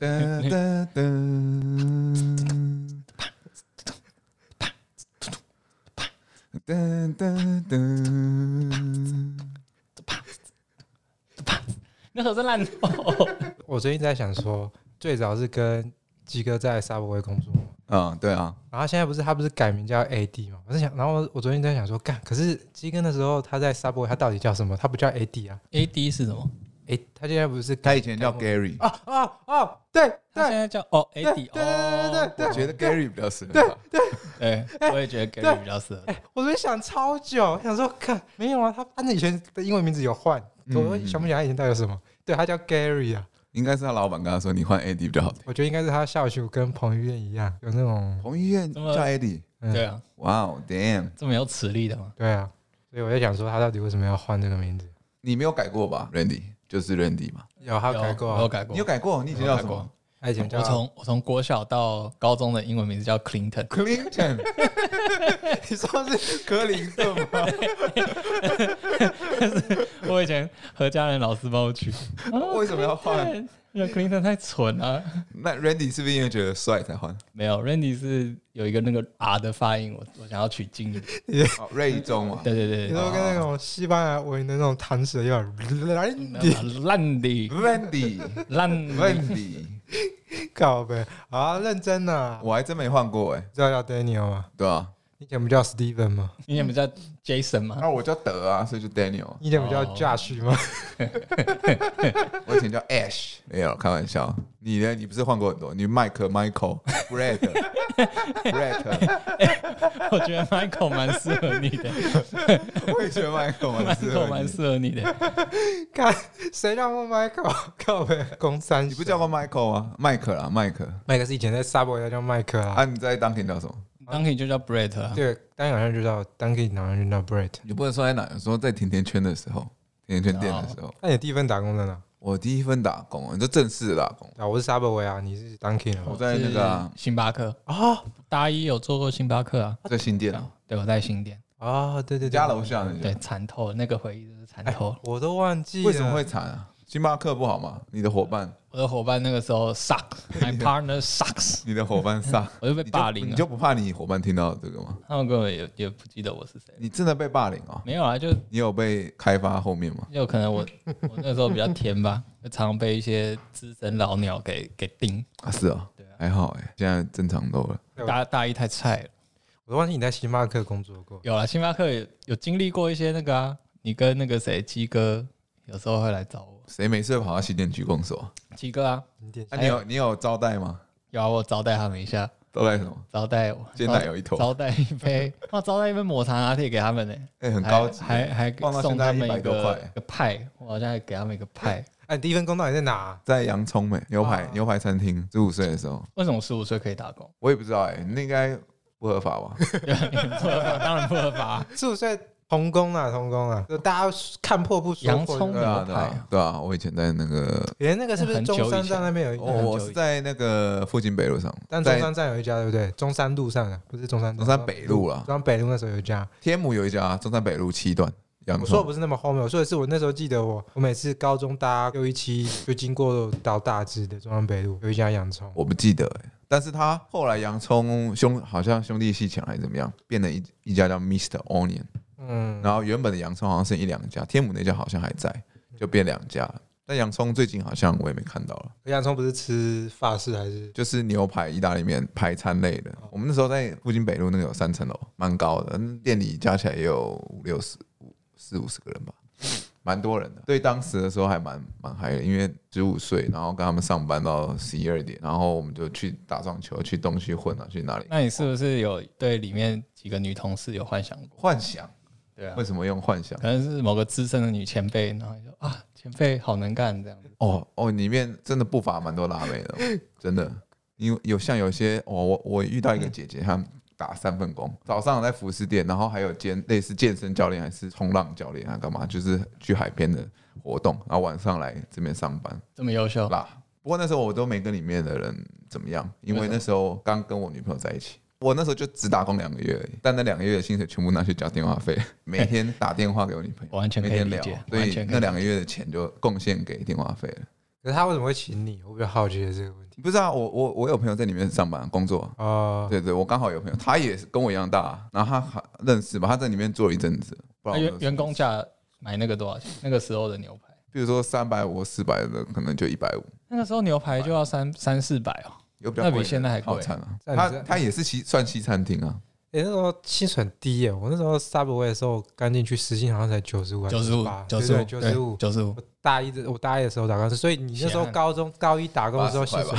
哒哒，哒哒哒， 那合真烂 透。我最近在想说，最早是跟鸡哥在沙博威工作嘛， 啊，对啊，然后现在不是他不是改名叫 AD 嘛？我在想，然后我昨天在想说，干，可是鸡哥那时候他在沙博威，他到底叫什么？他不叫 AD 啊 AD 是什么？诶，他现在不是他改以前叫 Gary，啊啊啊！对他现对在叫哦 AD 对对对哦，对我觉得 Gary 比较适合吧。对，我也觉得 Gary 比较适合。我昨天想超久，想说，看没有啊，他他那以前的英文名字有换，我嗯想不起来他以前到底有什么。对他叫 Gary 啊，应该是他老板跟他说你换 AD 比较好听。我觉得应该是他校训跟彭于晏一样，有那种彭于晏怎么叫 AD，嗯对啊，哇哦，damn，这么有磁力的吗？对啊，所以我在想说他到底为什么要换这个名字？你没有改过吧？Randy 就是 Randy 嘛，有他有改过我有啊，改过你有。改过？你以前叫什哦我有改么过他以前叫我从我从国小到高中的英文名字叫 Clinton， ？Clinton，你说是克林顿吗？我以前何家人老师帮我取， 为什么要 换？那 Clinton 太蠢了、那 Randy 是不是因为觉得帅才换？没有，Randy 是有一个那个 R 的发音，我我想要取静音。哦，瑞中嘛，对对对 你对说跟那种西班牙文的那种弹舌一样，对，烂的 Randy，Randy，烂的，搞呗啊，认真呐！我还真没换过哎、你知道叫 Daniel 吗？对啊，你以前不叫 Steven 吗？你怎么叫 Jason 吗？那我叫德啊，所以就 Daniel，你以前不叫哦 Josh 吗？ 我以前叫 Ash，没有开玩笑。你呢？你不是换过很多？你 Mike、Michael、Brad、Brad， 我觉得 Michael 蛮适合你的我也觉得 Michael 蛮适合你，Michael 蛮的。适合你的。看谁叫我 Michael？靠呗，公三小，你不叫过 Michael 吗？麦克啦，麦克。麦克是以前在 Subway 叫麦克啊啊，。你在 Dunkin 叫什么？ Duncan 就叫 Brett 啊，对，单好像就叫 Dunkin，好像就叫 Brett。你不能说在哪，说在甜甜圈的时候，甜甜圈店的时哦候，那你的第一份打工在哪？我第一份打工，你就正式的打工，啊，我是 Subway 啊，你是 Dunkin 我啊。在那个啊是星巴克，啊哦大一有做过星巴克啊，在新店啊，对，我在新店，啊，对对你对家，楼下那对，些。惨透了，那个回忆真是惨透了。我都忘记了为什么会惨啊？星巴克不好吗？你的伙伴，我的伙伴那个时候 suck，my partner sucks，你的伙伴上。我 就被你就霸凌啊你了就。不怕你伙伴听到这个吗？他们根本也也不记得我是谁，你真的被霸凌哦？没有啊，就你有被开发后面吗？就 可能我我那时候比较甜吧，就常被一些资深老鸟给给盯。啊，是哦，对啊还好哎，现在正常多了。对大大一太菜了，我都忘记你在星巴克工作过。有了星巴克有有经历过一些那个啊，你跟那个谁鸡哥有时候会来找我，谁没事跑到西点区公所啊？鸡哥啊，你点啊你有你有招待吗？有啊，我招待他们一下，招待什么？招待我煎奶有一坨，啊招待一杯，哇，招待一杯抹茶拿铁给他们呢、哎，很高级。还还放到还送现在他们一100多个块一个派，我好像还给他们一个派。哎，你第一份工到底在哪啊？在洋葱美牛排啊牛排餐厅，十五岁的时候，为什么十五岁可以 打工？我也不知道哎，那应该不合法吧？对啊，你们不合法，当然不合法啊。十五岁童工啊，童工啊，就大家看破不说洋破。葱对啊，牛对排啊啊，对啊，我以前在那个，连那个是不是很久中山以前站那边有一我个？哦我是在那个附近北路上，但中在山站有一家，对不对？中山路上啊，不是中山路中山北路啊啦中山北路那时候有一家。天母有一家中山北路七段洋我说的葱，不是那么后面，我说的是我那时候记得我，我每次高中搭六一七就经过到大直的中山北路有一家洋葱，我不记得哎、但是他后来洋葱兄好像兄弟戏强还是怎么样，变成一一家叫 Mr. Onion，嗯，然后原本的洋葱好像剩一两家，天母那家好像还在，就变两家了。但洋葱最近好像我也没看到了，洋葱不是吃法式还是？就是牛排、意大利面、排餐类的。我们那时候在附近北路那个有三层楼，蛮高的，嗯店里加起来也有五六十、五四五十个人吧，蛮多人的。对当时的时候还蛮蛮嗨的，因为十五岁，然后跟他们上班到十一二点，然后我们就去打撞球，去东区混啊，去哪里那你是不是有对里面几个女同事有幻想过？幻想？对啊为，什么用幻想？可能是某个资深的女前辈，然后你就啊，前辈好能干这样子。哦哦，里面真的不乏蛮多辣妹 的，真的。因为有像有些哦，我我遇到一个姐姐，她打三份工，早上在服饰店，然后还有兼类似健身教练还是冲浪教练啊，干嘛？就是去海边的活动，然后晚上来这边上班，这么优秀，辣。不过那时候我都没跟里面的人怎么样，因为那时候刚跟我女朋友在一起。我那时候就只打工两个月而已，但那两个月的薪水全部拿去交电话费，每天打电话给我女朋友，完全可每以天理聊解，所完以全可以那两个月的钱就贡献给电话费了。可是他为什么会请你？我比较好奇的这个问题。不是啊，我我我有朋友在里面上班工作啊，哦，对对，我刚好有朋友，他也是跟我一样大啊，然后他还认识吧，他在里面做了一阵子，不那然我员员工价买那个多少钱？那个时候的牛排，比如说三百五、四百的，可能就一百五，那个时候牛排就要三三四百哦。有比较那贵比的现在还贵套餐啊。那你他这样他也是西算西餐厅啊，哎、那时候薪水很低耶、我那时候 Subway 的时候刚进去，时薪好像才九十五，九十五，九九十五，九十五。九十五我。大一的我大一的时候打工是，所以你那时血候汗高中高一打工的时候80薪块水，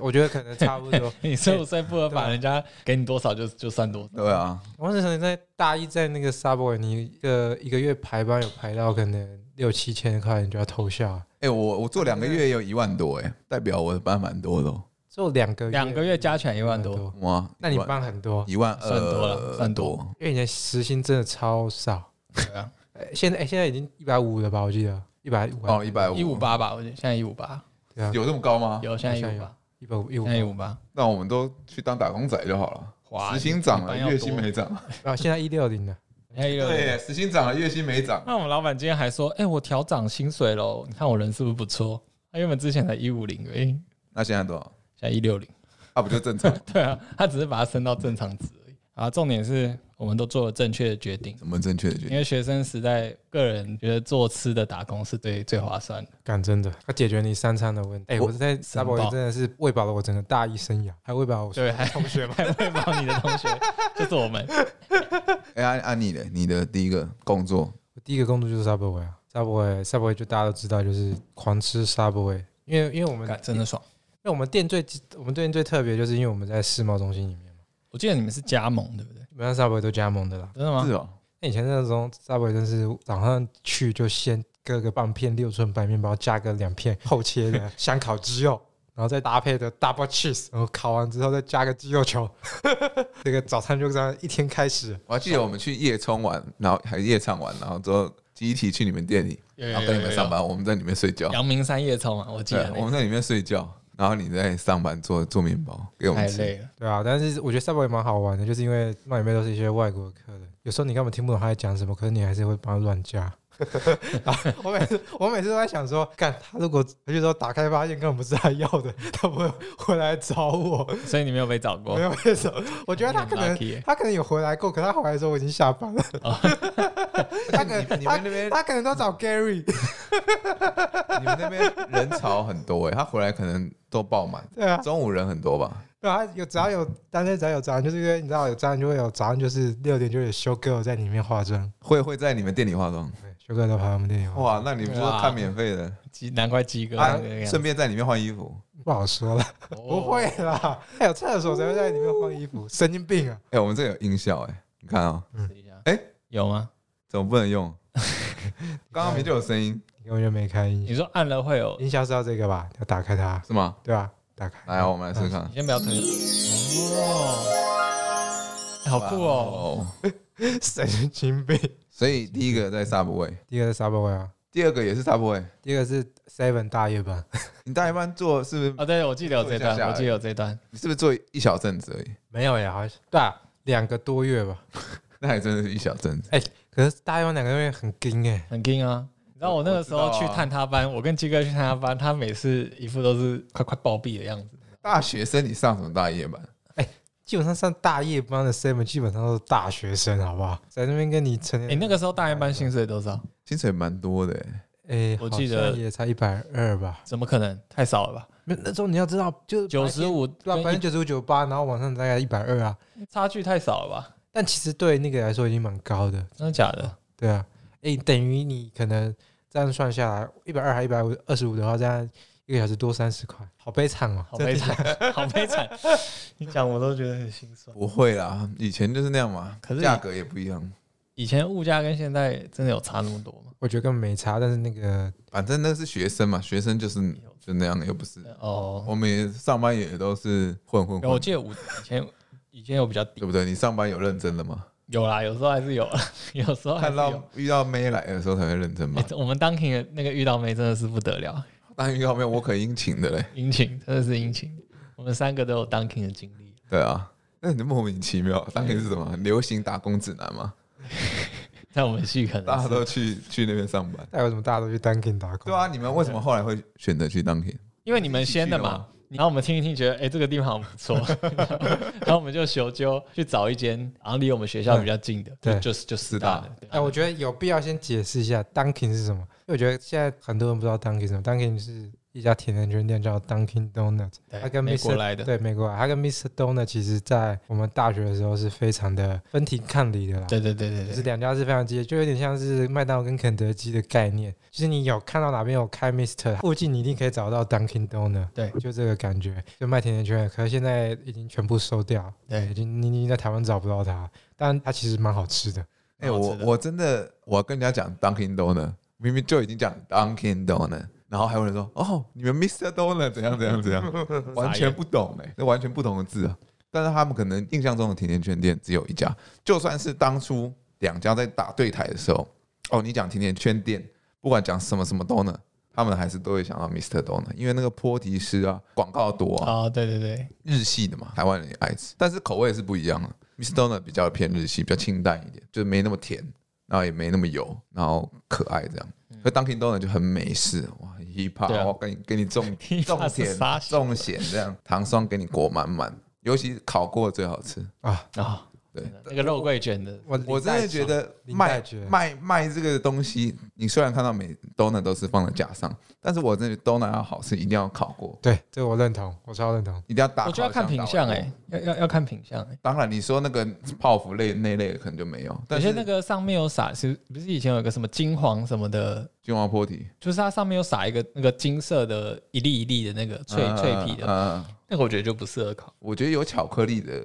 我 觉得可能差不 多。 你十五岁不能把对人家给你多少就就算多少。对啊，我那时候在大一在那个 Subway，你一个一个月排班有排到可能六七千块，你就要偷笑。哎、我我做两个月也有一万多、哎，代表我的班蛮多的、哦，做两个月两个月加起来一一万多，，哇，那你一万班很多，一万算多了呃算多，因为你的时薪真的超少。对啊，哎现在哎现在已经一百五了吧？我记得一百五啊哦，一百五，一五，八吧，我觉得现在一五八对啊，有哎这么高吗？有，现在一好像五有八，一百五一五现。在一五八。那我们都去当打工仔就好了。哇时薪涨一了，般要月薪多没涨。然后啊现在一六零了，现在一六零对，啊时薪涨了，月薪没涨。那我们老板今天还说，哎、我调涨薪水喽，你看我人是不是不错？他原本之前才一五零而已，现那现在多少？在一六零。啊，不就正常？对啊，他只是把它升到正常值而已。啊，重点是我们都做了正确的决定，怎么正确的决因定？为学生时代，个人觉得做吃的打工是最最划算的。干真的，它解决你三餐的问题。哎，我我在神爆 Subway 真的是喂饱了我整个大一生涯，还喂饱我对，还同学吗？还 喂饱你的同学，就是我们。哎，按按你的，你的第一个工作，我第一个工作就是 Subway 啊，Subway Subway 就大家都知道，就是狂吃 Subway，因为因为我们干真的爽。因为我们店最我们店最特别，就是因为我们在世贸中心里面嘛，我记得你们是加盟，对不对？基本上 Subway 都加盟的啦。真的吗是？哦，那以前那种 Subway 真是早上去就先割个半片六寸白面包，加个两片厚切的香烤鸡肉，然后再搭配的 double cheese，然后烤完之后再加个鸡肉球， 这个早餐就这样一天开始了。我还记得我们去夜冲玩，然后还夜唱完，然后之后集体去你们店里，有然后跟你们上。班，我们在里面睡觉有有有。阳明山夜冲啊，我记对得，那我个们在里面睡觉，然后你在上班做做面包给我太们吃。累了。对啊，但是我觉得 Subway 蛮好玩的，就是因为那里面都是一些外国客人，有时候你根本听不懂他在讲什么，可是你还是会帮他乱加。然后我每次我每次都在想说，干他如果回去之后打开发现根本不是他要的，他不会回来找我。所以你没有被找过没。有为什么，我觉得他可哦你很能 lucky 耶他可能有回来过，可他回来的时候我已经下班了。他可能你他们那边他可能都找 Gary，你们那边人潮很多哎、他回来可能都爆满，对啊，中午人很多吧？对啊，有只要有当天只要有早上，就是因为你知道有早上就会有早上就是六点就有修哥在里面化妆，会会在你们店里化妆？对，修哥都跑我们店里化妆，哇，那你们就是看免费的，鸡难怪鸡哥那啊个样，子顺便在里面换衣服。不好说了，不会啊啦，哦 还有厕所才会在里面换衣服， 神经病啊！哎、我们这有音效哎、你看啊、试哦一下。哎有吗？怎么不能 用？刚刚明就有声音你根本就没开音响，你说按了会有？音效是要这个吧？要打开它，是吗？对吧？打开，来，我们来试试看你。先不要推。哦，哎好酷哦！哇！ 神经病。所以第一个在 Subway，第一个是 Subway 啊，第二个也是 Subway。第二个是 Seven 大夜班， 你大一班做是不是？哦，对，我记得有这做一下下段，而已我记得有这段。你是不是做一小阵子而已？没有耶，好像对啊，两个多月吧。那还真的是一小阵子。可是大用两个月很惊哎、很硬啊。你知道我那个时候我知去道啊探他班，我跟鸡哥去探他班，他每次一副都是快快暴毙的样子。大学生你上什么大夜班？基本上上大夜班的 Seven 基本上都是大学生，好不好？在那边跟你成哎、年，那个时候大一班薪水多少？薪水蛮多的、欸，哎、我记得好像也才一百二吧。怎么可能？太少了吧？没有那时候你要知道，就是九十五，对啊，反正九十五九八，然后晚上大概一百二啊。差距太少了吧？但其实对那个来说已经蛮高的，真的假的？对啊。哎、等于你可能这样算下来，一百二还一百五二十五的话，这样一个小时多三十块，好悲惨哦！好悲 惨，好悲惨！你讲我都觉得很心酸。不会啦，以前就是那样嘛。啊可是价格也不一样，以前物价跟现在真的有差那么多吗？我觉得根本没差，但是那个反正那是学生嘛，学生就是就那样，又不是。哦，我们也上班也都是混混有我混，记得五以前以前有比较低对，不对？你上班有认真的吗？有啦，有时候还是有啦， 有时候还看是有。到遇到妹来的时候才会认真嘛哎。这我们当庭的那个遇到妹真的是不得了，但遇到妹我可殷勤 的嘞，殷勤，真的是殷勤。我们三个都有当 king 的经历，对啊，那你莫名其妙，当年是什么？很流行打工指南吗？在我们系可能大家是都去去那边上班。代表什么？大家都去 Dunkin 打工。对啊，，你们为什么后来会选择去当 k 因为你们先的一起去的嘛，然后我们听一听，觉得哎、诶这个地方好像不错， 然后我们就求究去找一间，然后离我们学校比较近的，对就就是就师大的。哎，我觉得有必要先解释一下 Dunkin 是什么，因为我觉得现在很多人不知道 Dunkin 是什么。Dunkin 是一家甜甜圈店，叫 Dunkin Donut。对它跟美国 Mr. 来的，对，美国啊，它跟 Mr. Donut 其实在我们大学的时候是非常的分庭抗礼的啦。对对对对就对对，是两家是非常接，就有点像是麦当劳跟肯德基的概念。就是你有看到哪边有开 Mister，附近你一定可以找到 Dunkin Donut。对就这个感觉，就卖甜甜圈。可是现在已经全部收掉，对已经你已经在台湾找不到它，但它其实蛮好吃的。哎、蛮好我吃的我真的，我要跟人家讲 Dunkin Donut，明明就已经讲 Dunkin Donut，然后还有人说哦，你们 Mr Donut 怎样怎样怎 样，完全不懂哎、那完全不同的字啊。但是他们可能印象中的甜甜圈店只有一家，就算是当初两家在打对台的时候，哦，你讲甜甜圈店，不管讲什么什么 Donut，他们还是都会想到 Mr Donut，因为那个坡提斯啊，广告多啊，哦，对对对，日系的嘛，台湾人也爱吃，但是口味是不一样的。Mr. Donut 比较偏日系，比较清淡一点，就没那么甜，然后也没那么油，然后可爱这样。可 Dunkin Donut 就很美式，哇，hip 嗯对 hop，啊我给你给你 重 Hip-hop 重是甜啥重咸这样，糖霜给你裹满满，尤其烤过最好吃。啊、对真的那个肉桂卷的，我我真的觉得林黛卖觉卖卖这个东西，你虽然看到每 donut 都是放在架上，但是我真的觉得 donut 要好吃，一定要烤过，对这个我认同，我超认同。一定要打。我觉得要看品相哎、要要要看品相哎、当然，你说那个泡芙类那类的可能就没有，但有是些那个上面有撒，是不是以前有个什么金黄什么的，君王坡体就是它上面有撒一个那个金色的一粒一粒的那个脆、脆皮嗯的，嗯，嗯那个我觉得就不适合烤我觉得有巧克力的，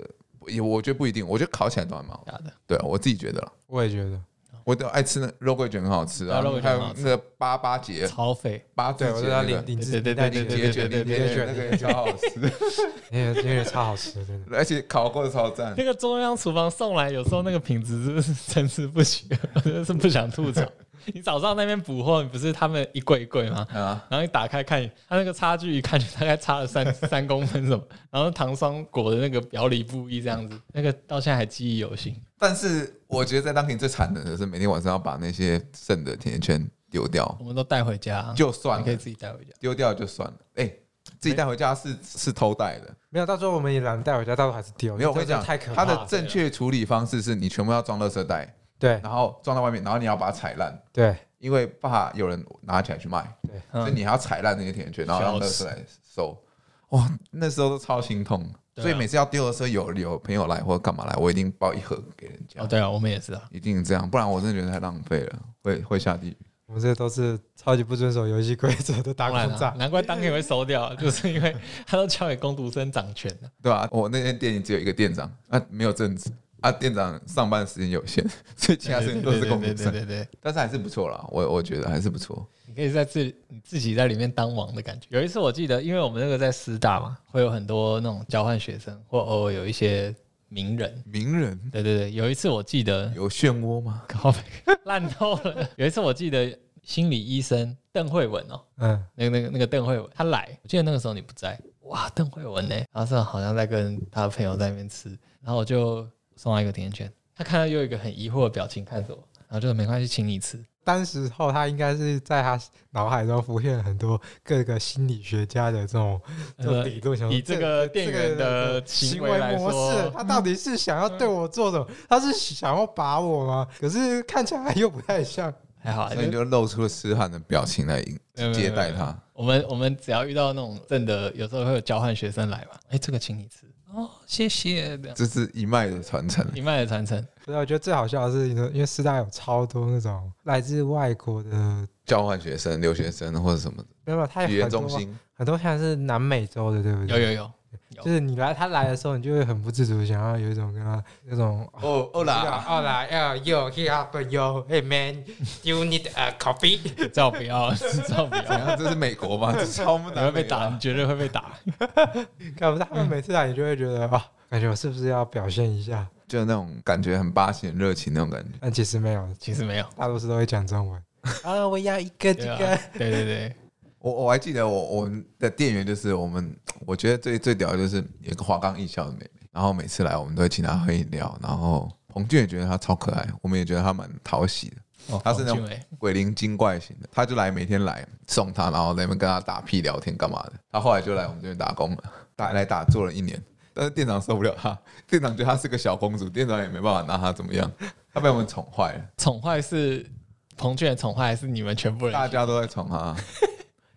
也我觉得不一定，我觉得烤起来都还蛮好。鸭的。对啊，我自己觉得啦，我也觉得，我都爱吃那肉桂卷，很好吃啊，对肉桂还卷很有好吃那个八八节超肥，八字对我节觉得那它林个林志对林黛对姐林对杰卷，林杰林杰卷卷那个也超好吃， 那个那个超好吃，真的。而且烤过的超赞那。个中央厨房送来，有时候那个品质真是 参差不齐，我真的是不想吐槽。 你早上那边补货，你不是他们一柜一柜吗？啊，然后你打开看，它那个差距一看就大概差了三三公分什么，然后糖霜裹的那个表里不一这样子，那个到现在还记忆犹新。但是我觉得在当地最惨的就是每天晚上要把那些剩的甜甜圈丢掉，我们都带回家、啊就算你可以了，自己带回家。丢掉就算了。哎，自己带回家是是偷带的，没有，到时候我们也懒得带回家，到时候还是丢。没有，我这跟你真讲，的太可它怕了。的啊正确处理方式是你全部要装垃圾袋，对然后装到外面，然后你要把它踩烂，对因为怕有人拿起来去卖，所以嗯，你还要踩烂那些甜甜圈，然后让垃圾来收。哇，那时候都超心痛，对啊所以每次要丢的时候，有有朋友来或者干嘛来，我一定包一盒给人家哦，，对啊，我们也是啊。一定这样，不然我真的觉得太浪费了，会会下地狱。我们这都是超级不遵守游戏规则的打当然工了仔，。难怪当年会收掉，啊就是因为 他都交给工读生掌权了。对啊，我那间店里只有一个店长，啊，没有正职，啊，店长上班时间有限，所以其他事情都是工对对作对上，对对。但是还是不错啦，我我觉得还是不错。你可以在自你自己在里面当王的感觉。有一次我记得，因为我们那个在师大嘛，会有很多那种交换学生，或 偶尔有一些名人。名人对对对，有一次我记得 有漩涡吗？靠北烂透了。 有一次我记得心理医生邓慧文哦，嗯，那个那个那个邓慧文，他来，我记得那个时候你不在，哇，邓慧文呢，然后是好像在跟他的朋友在那边吃，然后我就送他一个甜甜圈，他看到又一个很疑惑的表情看着我，然后就说没关系，请你吃。当时候他应该是在他脑海中浮现了很多各个心理学家的这种这种理论，想说呃以这个店员的行行为为来模式说，他到底是想要对我做什么？他是想要把我吗？可是看起来又不太像。还好啊，所以你就就露出了痴汉的表情来迎没有接待。没有没有他。我们我们只要遇到那种真的，有时候会有交换学生来嘛，哎，这个请你吃哦，谢谢。这样这是一脉的传承。一脉的传承，不是，我觉得最好笑的是，你说因为师大有超多那种来自外国的，交换学生、留学生或者什么的没有，他语有言很中多心，很多像是南美洲的，对不有对？有有，有就是你来他来的时候，你就会很不自主地想要有一种跟他那种哦哦啦，哦啦，哦，yo here up yo，hey man，you need a coffee 。最好不要， 最好不怎要，样？这是美国吗？这超不 你南会美被吧打，你绝对会被打。看不是他们每次来，你就会觉得哦，感觉我是不是要表现一下？就那种感觉很巴西、很热情那种感觉。但其实没有，其实没有，大多数都会讲中文。 啊，我要一个这对啊个。，对对对，我我还记得我我们的店员就是我们，我觉得最最屌的就是有一个华冈艺校的妹妹，然后每次来我们都会请她喝饮料，然后洪俊也觉得他超可爱，我们也觉得他蛮讨喜的，哦，他是那种黄俊伟鬼灵精怪型的。他就来每天来送他，然后在那边跟他打屁聊天干嘛的。他后来就来我们这边打工了，打来打做了一年，但是店长受不了他， 店长觉得他是个小公主，店长也没办法拿他怎么样， 他被我们宠坏了。宠坏是彭俊的宠坏，还是你们全部人大家都在宠他，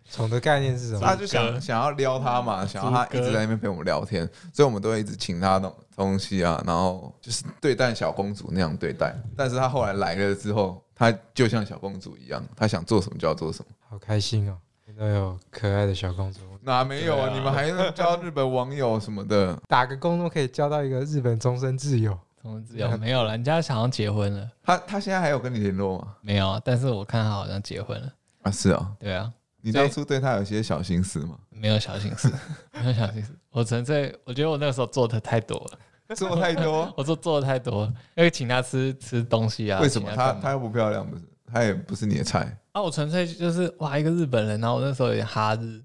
宠的概念是 什么？他就想想要撩他嘛，想要他一直在那边陪我们聊天，所以我们都会一直请他弄东西啊，然后就是对待小公主那样对待。但是他后来来了之后，他就像小公主一样，他想做什么就要做什么。好开心哦，都有可爱的小公主。哪没有对啊？啊你们还能交日本网友什么的？打个工都可以交到一个日本终身挚友，同志有没有了？人家好像结婚了，他他现在还有跟你联络吗？没有啊？但是我看他好像结婚了，啊，是啊，对啊，你当初对他有些小心思吗？没有小心思，没有小心思。我纯粹我觉得我那个时候做的太多了，，做太多 我做做的太多了，因为请他吃吃东西啊，为什么请他干嘛他又不漂亮，不是？他也不是你的菜， 啊？我纯粹就是哇，一个日本人，然后我那时候有点哈日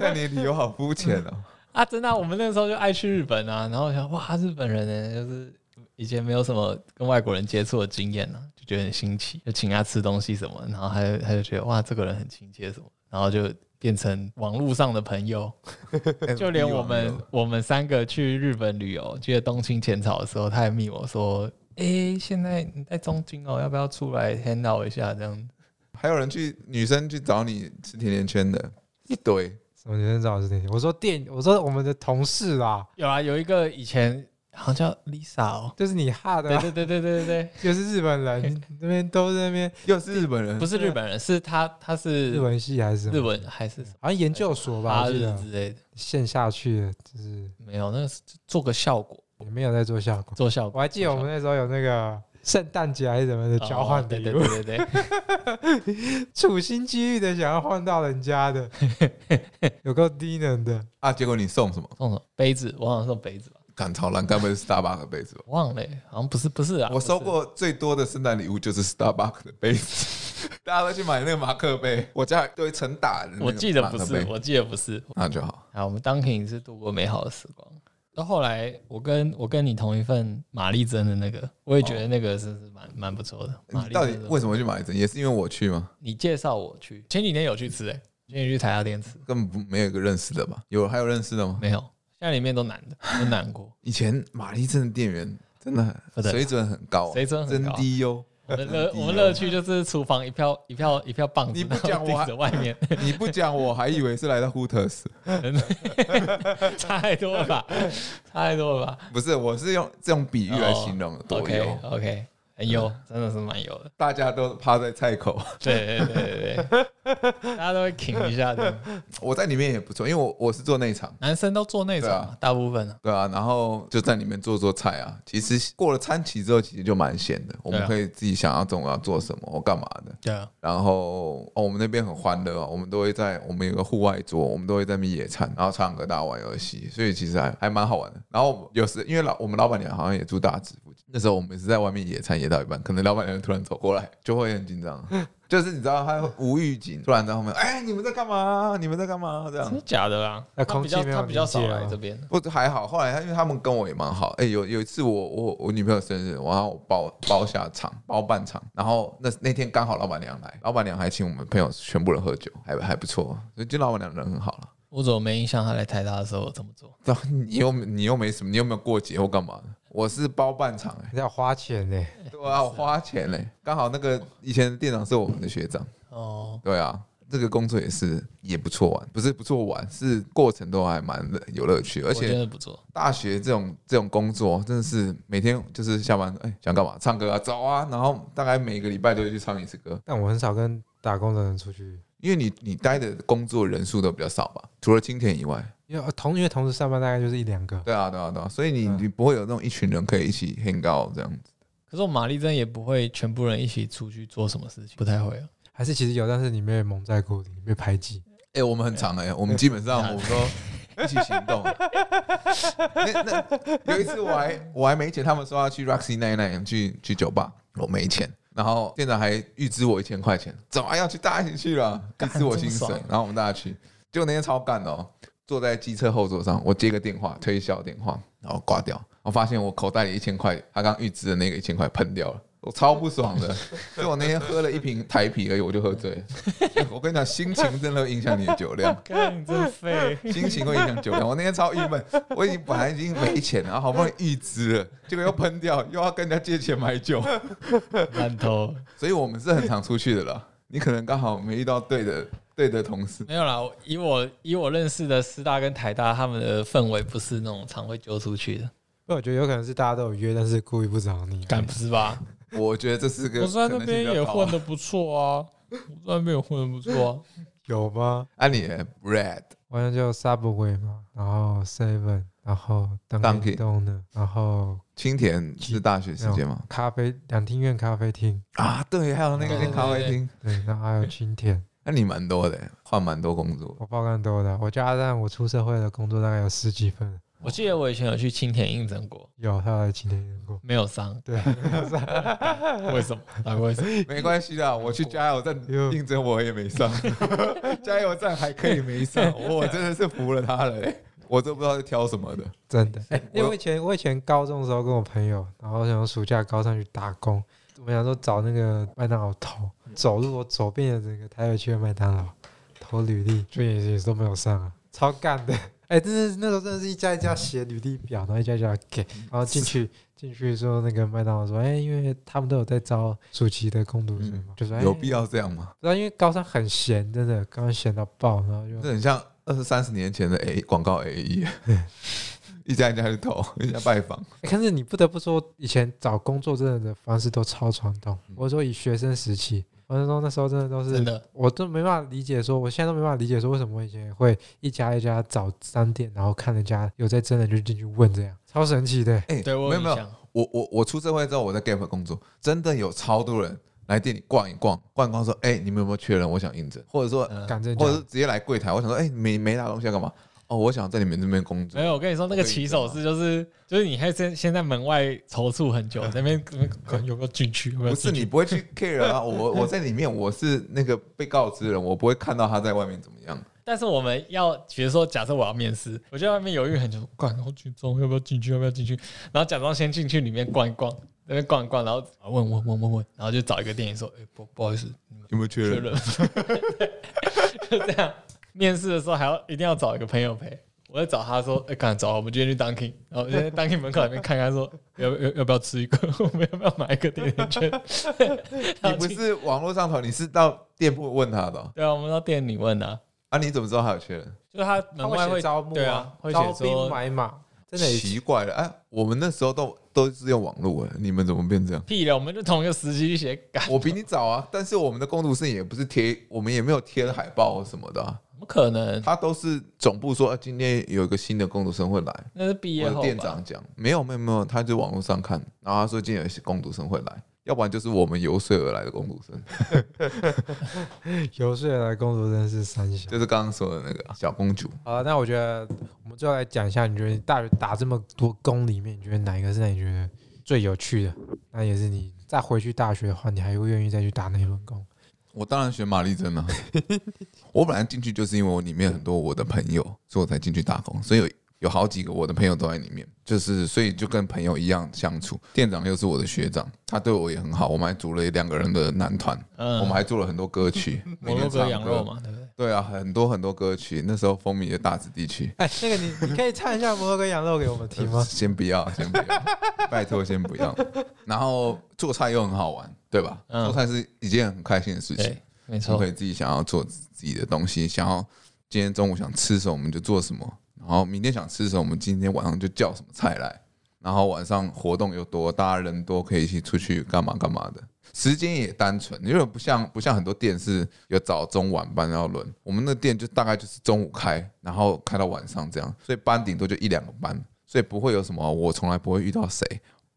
但你理由好肤浅哦。啊，真的啊、我们那时候就爱去日本啊，然后我想哇，日本人呢，就是以前没有什么跟外国人接触的经验呢、啊，就觉得很新奇，就请他吃东西什么，然后他就他就觉得哇，这个人很亲切什么，然后就变成网络上的朋友， 就哎连我们我们三个去日本旅游，记得东青浅草的时候，他也密我说。诶，现在你在东京哦，要不要出来 hang out 一下？这样还有人去女生去找你吃甜甜圈的，一堆。什么女生找是那些？我说店，我说我们的同事啦，有啊，有一个以前好像叫 Lisa 哦，就是你哈的对啊，对对对对对对，就是日本 人，那边都是那边又是日本人，不是日本人，是他他是日文系还是什日么？文还是什么好像研究所吧，八我日记得之类的，线下去的，就是没有，那个是做个效果，也没有在做效果。做效我果。还记得我们那时候有那个圣诞节还是什么的哦交换对礼对物，对对对，处心积虑的想要换到人家 的，有够低能的。啊！结果你送什么？送什么杯子？我好像送杯子吧，赶超烂，该不会是 Starbucks 的杯子吧？忘了欸，好像不是不是啊，我收不是过最多的圣诞礼物就是 Starbucks 的杯子， 大家都去买那个马克杯，我家有一层打的那个我记得马不克是，杯，我记得不是。那就好。啊，我们当庭是度过美好的时光。到后来，我跟我跟你同一份玛丽珍的那个，我也觉得那个是是蛮蛮不错的。玛你哦丽到底珍的，为什么去买一层？也是因为我去吗？你介绍我去，前几天有去吃诶、前几天去台下店吃，根本不没有一个认识的吧？有还有认识的吗？没有，现在里面都男的，都难过。以前玛丽镇的店员真的不很得了水准很高啊，水准真很高低哟。我们乐很低哦我们乐趣就是厨房一票一票一票棒子，你不讲然后我还盯着外 面，你不讲我还以为是来到 Hooters，差太多了吧？差太多了吧不是，我是用这种比喻来形容的 多哦？OK 油， OK，很油，真的是蛮油的。大家都趴在菜口， 对对对对对，大家都会挺一下的。我在里面也不错，因为我我是做内场，男生都做那种对嘛，大部分啊。对啊，然后就在里面做做菜啊。其实过了餐期之后，其实就蛮闲的，我们可以自己想要中午要做什么，或干嘛的。对啊，然后哦，我们那边很欢乐啊，我们都会在我们有个户外桌，我们都会在那边野餐，然后唱歌、大家玩游戏，所以其实还还蛮好玩的。然后有时因为老我们老板娘好像也住大直附近，那时候我们是在外面野餐，野到一半，可能老板娘突然走过来，就会很紧张， 就是你知道她无预警，突然在后面，哎，你们在干嘛？你们在干嘛？这样真的假的啦？那他空比气较没有他比较少理解啊来这边，不还好，后来他因为他们跟我也蛮好，哎、有有一次我我我女朋友生日，然后我包包下场，包办场，然后那那天刚好老板娘来，老板娘还请我们朋友全部人喝酒，还还不错，所以就老板娘人很好了。 我怎么没印象他来台大的时候我怎么做？然后你又你又没什么，你又没有过节或干嘛的？我是包办场哎、你要花钱呢、对啊，我花钱嘞、刚好那个以前的店长是我们的学长，哦，对啊，这个工作也是也不错玩，不是不错玩，是过程都还蛮有乐趣，而我且觉得不错。大学这种这种工作，真的是每天就是下班，哎、想干嘛？唱歌啊，走啊，然后大概每个礼拜都会去唱一次歌，但我很少跟打工的人出去，因为你你待的工作人数都比较少吧，除了今天以外，因为呃同因为同时上班大概就是一两个，对啊，对啊，对啊，所以你嗯你不会有那种一群人可以一起 hang out 这样子，可是我玛丽珍也不会全部人一起出去做什么事情，不太会啊。还是其实有，但是你被蒙在鼓里，被排挤。哎、我们很长哎、我们基本上我们都一起行动。那那有一次我还我还没钱，他们说要去 Roxy 奈奈去去酒吧，我没钱。然后店长还预支我一千块钱，怎么要去？大家一起去了，预支我薪干这么水爽，然后我们大家去。结果那天超干的哦，坐在机车后座上，我接个电话，推销电话，然后挂掉。我发现我口袋里一千块，他刚预支的那个一千块喷掉了。我超不爽的， 所以我那天喝了一瓶台啤而已，我就喝醉了。 我跟你讲，心情真的会影响你的酒量。看你真废，心情会影响酒量。我那天超郁闷，我已经本来已经没钱了，然后好不容易预支了，结果又喷掉，又要跟人家借钱买酒，烂头。所以我们是很常出去的啦。你可能刚好没遇到对的对的同事，没有啦，我以我以我认识的师大跟台大，他们的氛围不是那种常会揪出去的，不，我觉得有可能是大家都有约，但是故意不找你。敢不是吧？我觉得这是个我在那可能性边比较也高啊混。的不错啊，我在那边也混的不错、啊。有吗？啊，你呢 Red 完了就 Subway 嘛，然后 Seven，然后 Dunkin' Dunkin' Donut，然后青田是大学时间吗？咖啡两厅院咖啡厅，啊，对，还有那对个对咖啡厅，对，然后还有青田，那你蛮多的，换蛮多工作。我爆干多的。啊我加上我出社会的工作大概有十几份，我记得我以前有去青田应征过，有他有来青田验过。没有伤，对， 为什么？啊，为什么？ 没关系啦，我去加油站哟应征我也没上，加油站还可以没上，我真的是服了他了、欸，我都不知道是挑什么的。真的。哎，因为我我以前我以前高中的时候跟我朋友，然后想说暑假高三去打工，我们想说找那个麦当劳投，嗯走路我走遍了整个台北区的麦当劳投履历，就也也都没有上啊，超干的。哎，真是那时候真的是一家一家写履历表，然后一家一家给，嗯然后进去进去说那个麦当劳说，哎，因为他们都有在招暑期的工读生嘛，就说哎嗯有必，要这样吗？然后因为高三很闲，真的高三闲到爆，然后就这很像二十三十年前的 A 广告 A E，一家一家去投，一家拜访。欸可是你不得不说，以前找工作真的的方式都超传统。我说以学生时期，我那时候那时候真的都嗯真是，的，我都没办法理解说，我现在都没办法理解说，为什么我以前会一家一家找商店，然后看人家有在真的就进去问这样，超神奇的欸、哎、对我没有有印没有，象。我我我出社会之后，我在 Gap 工作，真的有超多人来店里逛一逛，逛一逛说，哎、你们有没有缺人？我想应征，或者说，嗯敢这或者样是直接来柜台，我想说，哎、没没拿东西要干嘛？哦，我想在你们这边工作没。有，我跟你说，那个我可以起手式就是就是你还先先在门外踌躇很久，那边那边有没有进去？有没有不是进去你不会去 care 啊，我我在里面，我是那个被告知人，我不会看到他在外面怎么样。但是我们要，比如说，假设我要面试，我就在外面犹豫很久，管好紧张，要不要进去，要不要进去？然后假装先进去里面逛一逛，那边逛一逛，然后啊问问问问问，然后就找一个店员说：“哎、不不好意思，有没有缺缺人？ 人。”就这样，啊面试的时候还要一定要找一个朋友陪。我就找他说：“哎、赶紧找我们今天去 Dunkin，然后我就 在 Dunkin 门口里面看看说，要要要不要吃一个？ 我们要不要买一个甜甜 圈？你不是网络上头，你是到店铺问他的哦、对啊，我们到店里问的、啊，啊？你怎么知道他有缺人？就是他他门外会会写招募对啊，会招写说？兵买马，真的奇怪了，哎，我们那时候都都是用网络的，你们怎么变这样屁了，我们就同一个时期写改，我比你早啊， 但是我们的工读生也不是贴，我们也没有贴海报什么的啊、怎么可能？他都是总部说、啊今天有一个新的工读生会来，那是毕业我后的吧店长讲没有没有没有，他就网络上看，然后他说今天有一些工读生会来，要不然就是我们游说而来的工读生，游说来工作真的是三小。就是刚刚说的那个小公主。好了，那我觉得我们最后来讲一下，你觉得你大学打这么多工里面，你觉得哪一个是让你觉得最有趣的？那也是你再回去大学的话，你还会愿意再去打那一份工？我当然选玛丽 珍了。我本来进去就是因为我里面很多我的朋友，所以我才进去打工，所以有有好几个我的朋友都在里面，就是所以就跟朋友一样相处。店长又是我的学长，他对我也很好，我们还组了两个人的男团，嗯，我们还做了很多歌 曲，摩洛哥羊肉，嘛，对不对？对啊，很多很多歌曲，那时候风靡的大子地区。？哎，那个你 你可以唱一下摩洛哥羊肉给我们听吗先不要，先不 要，拜托先不要。然后做菜又很好玩，对吧？嗯做菜是一件很开心的事情对。，没我错可，以自己想要做自己的东西，想要今天中午想吃什么我们就做什么，然后明天想吃什么，我们今天晚上就叫什么菜来，然后晚上活动又多，大家人多，可以一起出去干嘛干嘛的。时间也单纯，因为不像不像很多店是有早中晚班要轮，我们那店就大概就是中午开，然后开到晚上这样，所以班顶多就一两个班，所以不会有什么我从来不会遇到谁，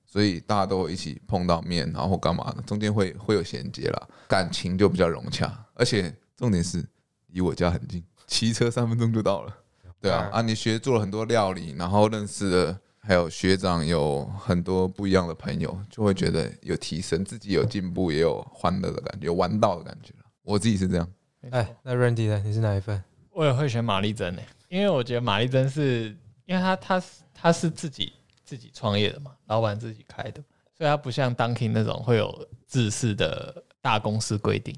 所以大家都一起碰到面，然后干嘛的，中间会会有衔接啦，感情就比较融洽，而且重点是离我家很近，骑车三分钟就到了。对啊，嗯啊，你学做了很多料理，然后认识了还有学长，有很多不一样的朋友，就会觉得有提升，自己有进步，也有欢乐的感觉，有玩到的感觉啦我自己是这样，没错 哎，那 Randy 呢？你是哪一份？欸我也会选玛丽珍诶，因为我觉得玛丽珍是因为她她她是自己自自己创业的嘛，老板自己开的，所以它不像 Dunkin 那种会有制式的大公司规定，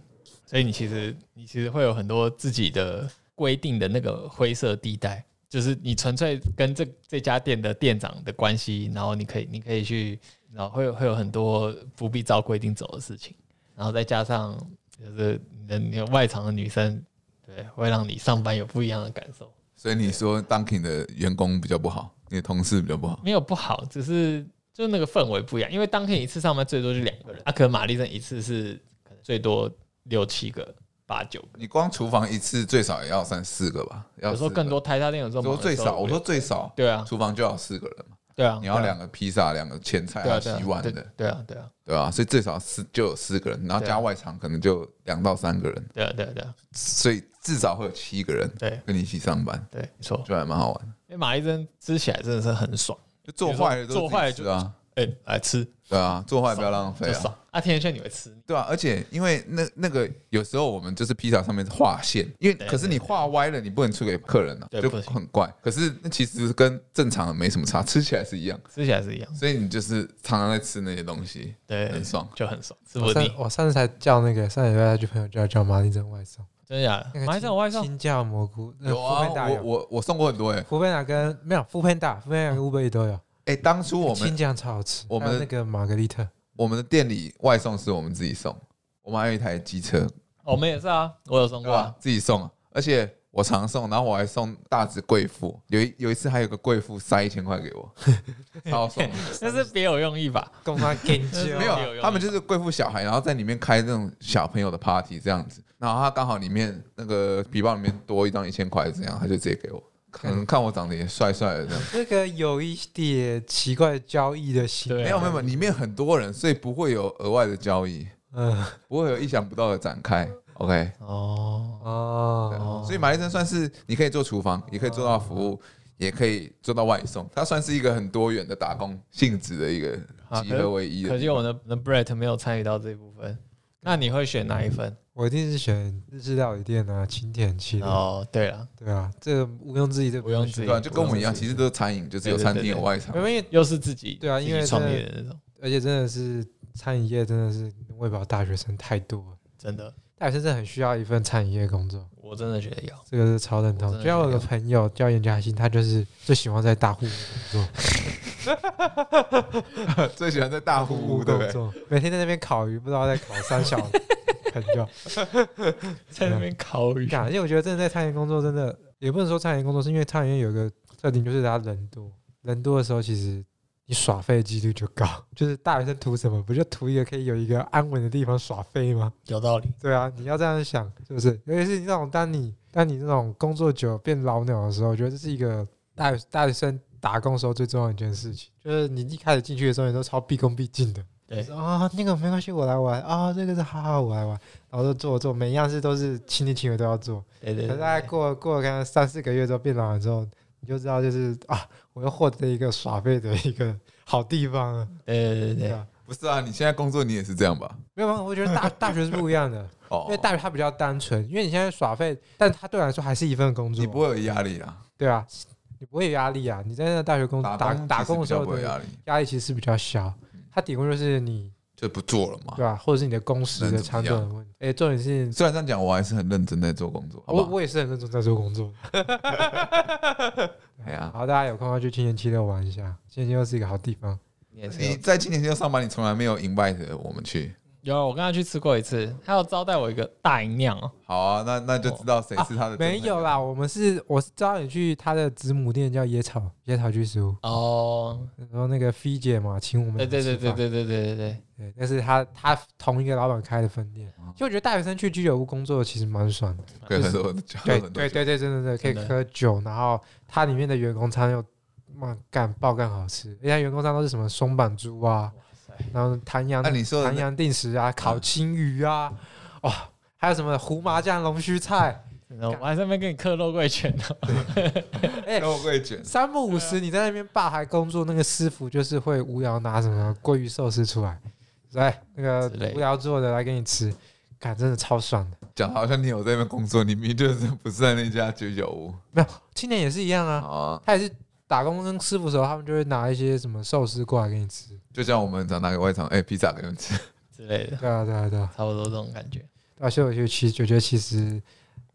所以你其实你其实会有很多自己的规定的那个灰色地带，就是你纯粹跟这这家店的店长的关系，然后你可以你可以去，然后会有会有很多不必照规定走的事情，然后再加上就是你的你的外场的女生，对，会让你上班有不一样的感受。所以你说 Dunkin 的员工比较不好，你的同事比较不好，没有不好，只是就那个氛围不一样。因为当天一次上班最多就两个人，阿啊可能玛丽珍一次是可能最多六七个、八九个，你光厨房一次最少也要三四个吧？要有时候四个更多。台下店有时候我说忙的最时候少，五我六说最少，对啊，厨房就要四个人嘛。对啊，你要对啊两个披萨，两个前菜，对还啊有对啊洗碗对的，对啊对啊对吧？所以最少四就有四个人，然后对啊加外场可能就两到三个人，对啊对啊对啊所以至少会有七个人对跟你一起上班，对，没错。就还蛮好玩的。因为玛丽珍吃起来真的是很爽，就做坏了都是做坏了自己吃啊，哎，来吃对啊，做坏不要浪费就啊。爽。啊，甜甜圈你会吃？对啊，而且因为那那个有时候我们就是披萨上面画线，因为对可是你画歪了，你不能出给客人啊，对就不行很怪。可是那其实跟正常的没什么差，吃起来是一样，吃起来是一样，所以你就是常常在吃那些东西，对，很爽。就很爽，吃不我上腻。我上次才叫那个上礼拜去朋友家叫马丽珍外送，真的假的？那个玛丽珍有外送，青椒蘑菇，呃有啊，富胖达我有，我我送过很多哎、欸、福佩达跟没有福佩达，福佩达跟乌贝都有。哎，当初我青们酱超好吃，我们还有那个玛格丽特，我们的店里外送是我们自己送，我们还有一台机车，我们也是啊，我有送对过啊吧，？自己送啊，而且我常送，然后我还送大直贵妇，有一有一次还有个贵妇塞一千块给我，超爽。但是别有用意吧？跟 他研究没有用有，啊意他们就是贵妇小孩，然后在里面开那种小朋友的 party 这样子，然后他刚好里面那个皮包里面多一张一千块，这样他就直接给我，可能看我长得也帅帅的这样，这个有一点奇怪的交易的行为，对啊没有没有，没有里面很多人，所以不会有额外的交易，嗯不会有意想不到的展开。OK，哦，对哦，所以马丽珍算是你可以做厨房，也可以做到服务。也可以做到外送，它算是一个很多元的打工性质的一个啊集可是合为一的地方。可惜我们的我们的 Brett 没有参与到这一部分。那你会选哪一份？我一定是选日式料理店啊，清甜系列，哦，对了，对啊，这个毋庸置疑，这个毋庸置疑对啊，就跟我们一样，其实实都是餐饮，就只有对对餐对厅有对外场因。为又是自己对啊因为自己创这业的那种，而且真的是餐饮业真的是喂饱大学生太多了，真的，大学生真的很需要一份餐饮业工作，我真的觉得要。这个是超认同哦我真。的就像我有个朋友叫严嘉欣，他就是最喜欢在大户屋工作， 最喜欢在大户屋，对不工对？作，每天在那边烤鱼，不知道在烤三小朋友。在那边烤 鱼，啊干，因为我觉得真的在餐饮工作，真的也不能说餐饮工作，是因为餐饮业有一个特点，就是大家人多，人多的时候其实。你耍废的几率就高， 就是大学生图什么？不就图一个可以有一个安稳的地方耍废吗？有道理。对啊，你要这样想，是不是？尤其是你那种当你当你那种工作久变老鸟的时候，我觉得这是一个大大学生打工的时候最重要的一件事情，就是你一开始进去的时候，你都超毕恭毕敬的。对你说啊，那个没关系，我来玩啊，这个是好好我来玩，然后就做做，每一样事都是亲力亲为都要做。对可对是对大概对，过了过了可能三四个月之后变老了之后，你就知道就是啊，我又获得一个耍废的一个好地方了。对对对对对，啊，不是啊，你现在工作你也是这样吧？没有，我觉得大大学是不一样 的。哦因为大学它比较单纯，因为你现在耍废，但它对我来说还是一份工作，你不会有压力啊，对啊，你不会有压力啊。你在那大学工打打打工的时候不会有的压力，嗯压力其实是比较小，它顶多就是你就不做了嘛对。吧、啊或者是你的工时能的啊怎么长短的问题。哎，重点是虽然这样讲，我还是很认真在做工作，好不我好？我也是很认真在做工作，哎呀，好，大家有空要去青年七六玩一下，青年七六是一个好地方。你也是你有。在青年新秀上班，你从来没有 invite 我们去。有啊，我跟他去吃过一次，他有招待我一个大营酿哦。好啊，那那就知道谁是呃他的真朋友啊没有啦，，我们是我是招你去他的子母店叫野草野草居食屋，哦，然后那个菲姐嘛，请我们对对对吃饭对对对对对对，对，那是他他同一个老板开的分店哦。就我觉得大学生去居酒屋工作其实蛮爽的， 可以喝多酒，对喝很多对酒对对，真的对，可真以的喝酒，然后它里面的员工餐又妈干爆干好吃，人家员工餐都是什么松板猪啊，然后唐扬那你说的唐那扬定食啊，烤青鱼啊，哇、还有什么胡麻酱龙须菜，真的我还在那边跟你刻肉桂啊卷呢。哎肉桂卷，三不五啊时你在那边吧台工作，那个师傅就是会无聊拿什么鲑鱼寿司出来，来那个之类的无聊做的来给你吃，感真的超爽的。讲好像你有在那边工作，你明明就是不是在那家居酒屋。没有，青年也是一样啊，好啊，他也是打工跟师傅的时候，他们就会拿一些什么寿司过来给你吃。就像我们常拿给外场，哎、披萨给你们吃，之类的，对啊，对啊，对啊。差不多这种感觉。而且我觉得其实，我觉得其实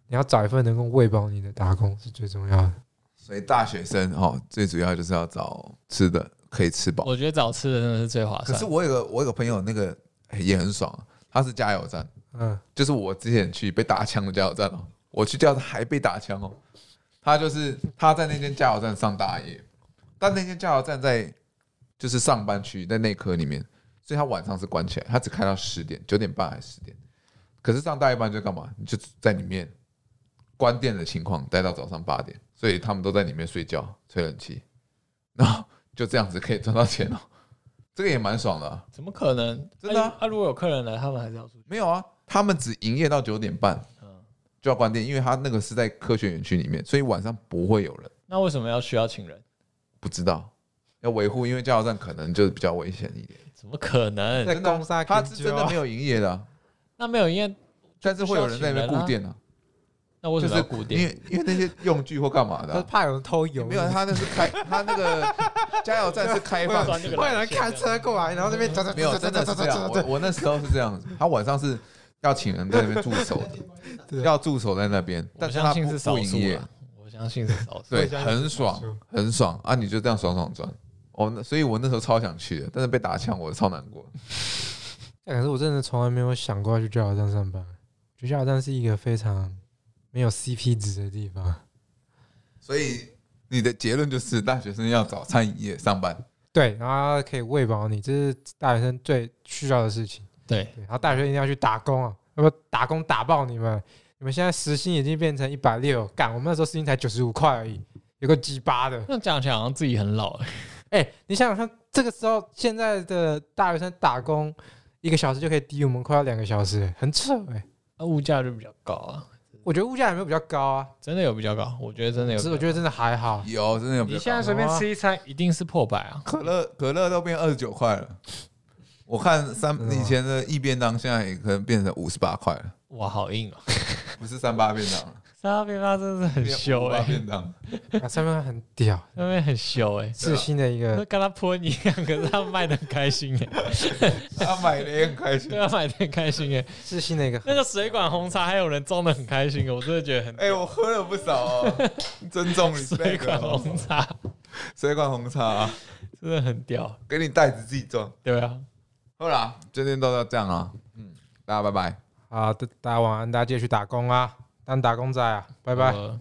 你要找一份能够喂饱你的打工是最重要的。 所以大学生哦，最主要就是要找吃的可以吃饱。我觉得找吃的真的是最划可算是。我有个我有个朋友，那个、哎也很爽，他是加油站，嗯，就是我之前去被打枪的加油站哦，我去加油站还被打枪哦。他就是他在那间加油站上大夜，但那间加油站在就是上班区，在内科里面，所以他晚上是关起来，他只开到十点、九点半还是十点。可是上大夜班就干嘛？你就在里面关店的情况待到早上八点，所以他们都在里面睡觉、吹冷气，然后就这样子可以赚到钱哦，这个也蛮爽的啊、怎么可能？真的啊啊！啊如果有客人来，他们还是要出去。没有啊，他们只营业到九点半嗯，就要关店，因为他那个是在科学园区里面，所以晚上不会有人。那为什么要需要请人？不知道要维护，因为加油站可能就是比较危险一点。怎么可能？在真的攻杀他研是究真的啊没有营业的啊，那没有营业，但是会有人在 那边固店啊，那为就什么是要固因定？为因为那些用具或干嘛的他 啊。怕有人偷油，没有，他那是开，他那个加油站是开放钻那的个，会有人开车过来，然后那边走走没有，真的是这 样。我我那时候是这样子，他晚上是要请人在那边驻守 的，对要驻守在那边，我但是他相不信是少不营数业啊，，我相信是少数。对，家很爽，很爽啊！你就这样爽爽赚。哦，那所以我那时候超想去的，但是被打枪，我超难过。但可是我真的从来没有想过要去加油站上班，觉得加油站是一个非常没有 CP 值的地嗯方。所以你的结论就是，大学生要找餐饮业上班。 对，然后它可以喂饱你，这是大学生最需要的事情。对，对，然后大学一定要去打工啊，要不打工打爆你们！你们现在时薪已经变成一百六，干，我们那时候时薪才九十五块而已，有个鸡巴的。那讲起来好像自己很老。哎、你想想看，这个时候现在的大学生打工，一个小时就可以抵我们快要两个小时，很扯哎、那物价就比较高啊，我觉得物价有没有比较高啊？真的有比较高，我觉得真的可有比是较高。我觉得真的还好。有，真的有比你较现在高。随便吃一餐一定是破百啊，可乐可乐都变二十九块了，我看三真的吗以前的一便当，现在也可能变成五十八块了，哇，好硬哦！不是三八便当了，沙拉拉真的是很羞八哎、欸，便当。 啊，三分很屌，那边很羞哎、四星的一欸，个，跟他泼你一样，可是他卖的很开心哎、 欸，他买的也很开心对。他买的很开心哎、欸，四星的一个，那个水管红茶还有人装的很开心，欸我真的觉 得很哎、我喝了不少哦，尊重你 水管红茶哦水管红茶、啊，真的很屌，给你袋子自己装。对啊，好啦，今天都到这样了，嗯，大家拜拜。好的，大家晚安，大家记得去打工啊，当打工仔啊，拜拜。呃